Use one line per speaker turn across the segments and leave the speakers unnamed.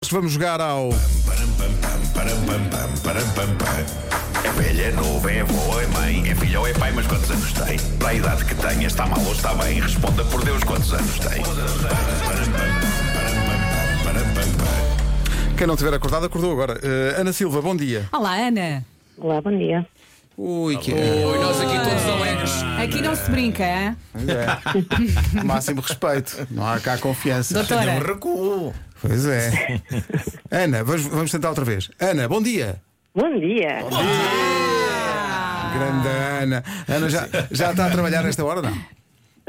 Desportos, vamos jogar ao.
Param, pam, pam, param, pam, pam, param, pam, pam. É velha, é novo, é avô, é mãe, é filho ou é pai, mas quantos anos tem? Para a idade que tem, está mal ou está bem? Responda por Deus quantos anos tem.
Quem não tiver acordado, acordou agora. Eh, Ana Silva, bom dia.
Olá, Ana.
Olá, bom dia.
Ui, que
Oi, nós aqui todos alegres.
Aqui não se brinca, hein?
é. Máximo respeito. Não há cá confiança.
Eu
doutora?
recuo.
Pois é. Ana, vamos, vamos tentar outra vez. Ana, bom dia.
Bom dia.
Grande Ana. Ana já, já está a trabalhar esta hora, não?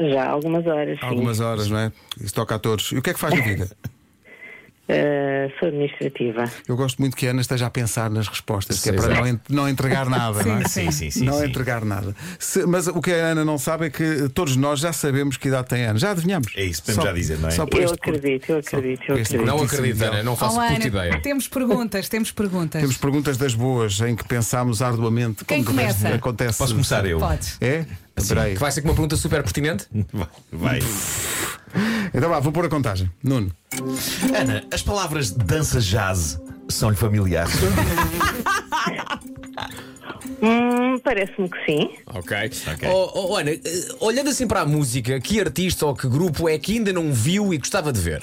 Já há algumas horas, sim.
Há algumas horas, não é? Isso toca a todos. E o que é que faz na vida?
Eh, sou administrativa.
Eu gosto muito que a Ana esteja a pensar nas respostas, que é
Sim,
para
sim.
não, en- não entregar nada, não é?
Sim, sim, sim.
não
sim.
entregar nada. Se- mas o que a Ana não sabe é que todos nós já sabemos que idade tem Ana. Já adivinhamos.
É isso, podemos já dizer, não é?
só por
Eu
este-
acredito, eu acredito, eu
este-
acredito.
Não
Muitíssimo
acredito,
belo.
Ana, não faço
Olá,
é puta
Oh, Ana.
ideia.
Temos perguntas, temos perguntas.
Temos perguntas das boas em que pensámos arduamente.
Quem
como de resto
começa?
Acontece.
Posso começar eu?
Podes.
É? Espera aí.
Que vai ser com uma pergunta super pertinente?
Vai.
Então vá, vou pôr a contagem. Nuno.
Ana, as palavras dança jazz são-lhe familiares.
Hum, Parece-me que sim.
Ok. Oh, oh, Ana, eh, olhando assim para a música, que artista ou que grupo é que ainda não viu e gostava de ver?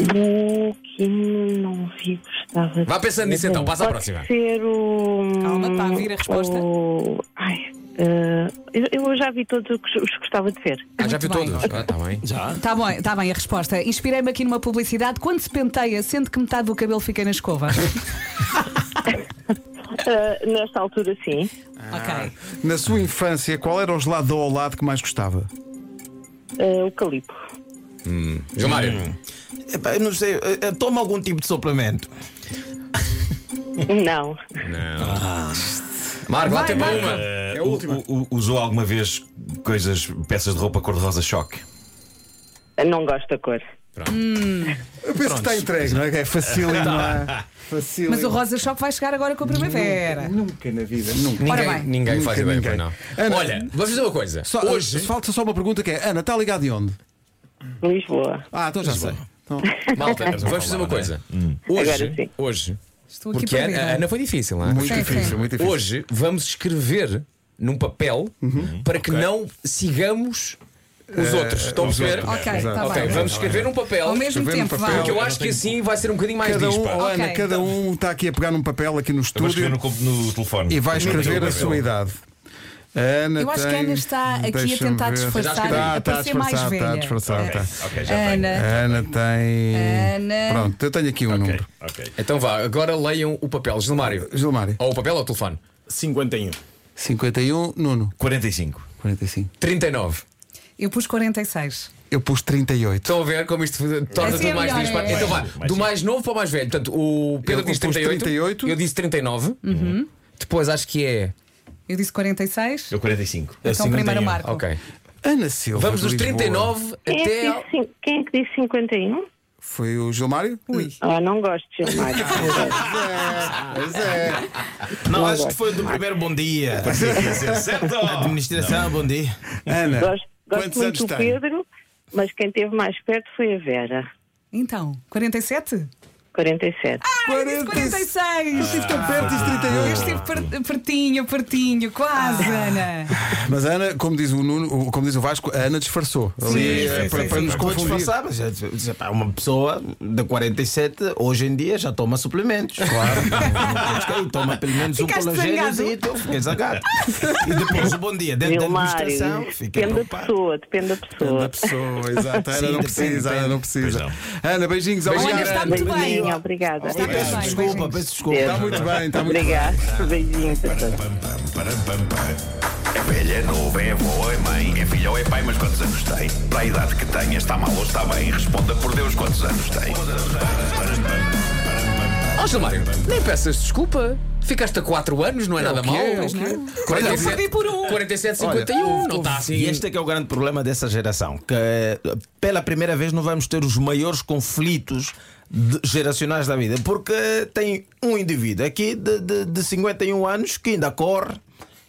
O que não vi gostava de
Vá pensando nisso
saber.
então, passa à
Pode
próxima.
Ser o.
Calma, está a vir a resposta.
o- Ai, eh, eu, eu já vi todos os que os que gostava de ver.
Ah, já viu
bem.
todos? Ah, tá bem. Já.
Está bom, está bem a resposta. Inspirei-me aqui numa publicidade. Quando se penteia, sente que metade do cabelo fica na escova.
Eh, nesta altura, sim.
Ah.
ok.
Na sua infância, qual era o gelado ao lado que mais gostava?
Eh, o calipo.
João Mário.
Hum.
Epá, eu não sei, eh, eh, toma algum tipo de suplemento.
Não.
Marco, lá
Vai,
tem uma.
vai.
uma.
é usou alguma vez coisas, peças de roupa cor-de-rosa choque?
Eh, Não gosto da cor.
Eu penso que está entregue, não é? É facílimo. não é? Facílimo.
Mas o Rosa Choque vai chegar agora com a primavera.
Nunca na vida, nunca.
Ora
Ninguém,
bem.
ninguém faz
Nunca
ideia,
ninguém.
pois não.
Ana-
Olha, vamos fazer uma coisa.
Só-
Hoje,
Falta só uma pergunta que é: Ana, está ligada de onde?
Lisboa.
Ah, então já sei. Então,
malta, vamos fazer uma coisa.
Agora
Hoje,
sim.
hoje,
Estou aqui
porque
para
a,
ver.
a Ana foi difícil, não é?
muito
Sim,
difícil,
sim.
muito difícil.
Hoje vamos escrever num papel
Uhum.
para que não sigamos os outros. Estão a perceber?
Ok,
Eh, Exato.
está
Ok,
bem.
vamos escrever num papel
Ao mesmo
Escrever no
tempo,
papel.
vá.
porque eu acho que assim vai ser um bocadinho mais
Cada um,
dispa.
oh, Ana,
Ok, então.
cada um está aqui a pegar num papel aqui no
Eu vou escrever
estúdio
no, comp- no telefone.
e vai escrever a
Papel.
sua idade. A Ana
Eu acho que a
tem-
Ana está aqui a
deixa-me
tentar
ver.
disfarçar,
Está,
a
está
parecer mais
disfarçar, está
velha.
disfarçar, está.
Ok, já tenho.
A
Ah.
Ana.
Ana tem.
Ana.
Pronto, eu tenho aqui um número.
Ok, ok.
Então vá, agora leiam o papel, Gilmário.
Gilmário.
Ou o papel ou o telefone.
51.
51, Nuno.
45.
45.
39.
Eu pus 46.
Eu pus 38.
Estão a ver como isto torna
Assim é
tudo mais
melhor,
dispar?
é.
Então vá,
Mais simples.
do mais novo para o mais velho. Portanto, o Pedro
Eu
disse
pus
38,
38.
Eu disse 39.
Uhum.
Depois acho que é.
Eu disse 46.
Eu 45.
então primeiro
51.
marco.
Ok.
Ana Silva.
Vamos
de
dos
Lisboa.
39
Quem é,
até.
que
ao-
disse, cin- quem é que disse 51?
Foi o Gilmário? Ui.
Ah, não gosto, Gilmário.
Pois é.
Não, acho que foi do primeiro bom dia. Administração, bom dia.
Ana.
Gosto, gosto
Quantos anos
muito do
tem?
Pedro, mas quem esteve mais perto foi a Vera,
Então, 47?
47.
Eu disse 46!
Estive tão perto, disse 38.
Eu estive é per- pertinho, pertinho, quase, Ana.
Mas a Ana, como diz o Nuno, o- como diz o Vasco, a Ana disfarçou. Ali, eh, para, para nos
Como
confundir.
disfarçava? Já- já é, pá, Uma pessoa de 47, hoje em dia, já toma suplementos. Claro. E toma pelo menos um
Ficaste
colagênio
zangado.
e tu fiquei zangado. E depois o bom dia, dentro da administração,
Gilmário,
fiquei
depende da
preocupado.
pessoa, depende da
Ana
pessoa.
pessoa, exato. A Ana
Sim,
não
depende,
precisa, a Ana
depende.
não precisa.
Pois
Ana, beijinhos,
Olha,
obrigado.
está muito bem.
Beijinho, obrigada.
Está muito bem.
Desculpa,
beijinhos.
peço desculpa.
Está muito bem, está muito bem.
Obrigada, beijinho para todos.
Pam, pam, param, pam, pam. É velha, é novo, é avô, é mãe, é filho ou é pai, mas quantos anos tem? Para a idade que tem, está mal ou está bem? Responda por Deus quantos anos tem.
Ó Gilmário, nem peças desculpa. Ficaste a 4 anos, não é nada mal.
pois não.
47,
Perdi por um.
47, 51. não está assim.
E este é que é o grande problema dessa geração, que eh, pela primeira vez não vamos ter os maiores conflitos de- geracionais da vida, porque tem um indivíduo aqui de, de, de 51 anos que um ainda corre,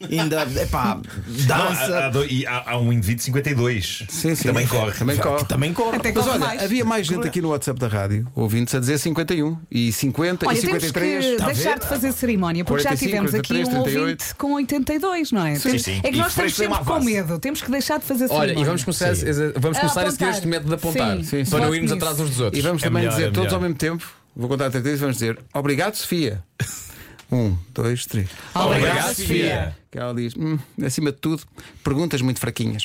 ainda, epá,
Não, há, há
dança.
do- e há- há um indivíduo de 52.
Sim, sim.
Também corre.
Também corre.
Também corre.
Até
Mas
corre
olha,
mais.
havia mais gente aqui no WhatsApp da rádio, ouvintes a dizer 51 e 50
Olha,
e
temos que
53.
deixar de fazer cerimónia, porque já
45,
tivemos aqui
43,
um ouvinte
38.
com 82, não é? Temos-
sim.
É que
E
nós estamos
fresco é uma
sempre com
face.
medo, temos que deixar de fazer
Olha,
cerimónia.
e vamos começar, a, vamos
A
começar a seguir
apontar.
este método de
é
apontar
Sim, sim.
para não
Gosto
irmos
disso.
atrás uns dos outros.
E vamos
É
também
melhor,
dizer
é
todos
melhor.
ao mesmo tempo. Vou contar até três e vamos dizer obrigado, Sofia. Um, dois, três.
Obrigado, Sofia.
Que ela diz, "Hum, acima de tudo, perguntas muito fraquinhas.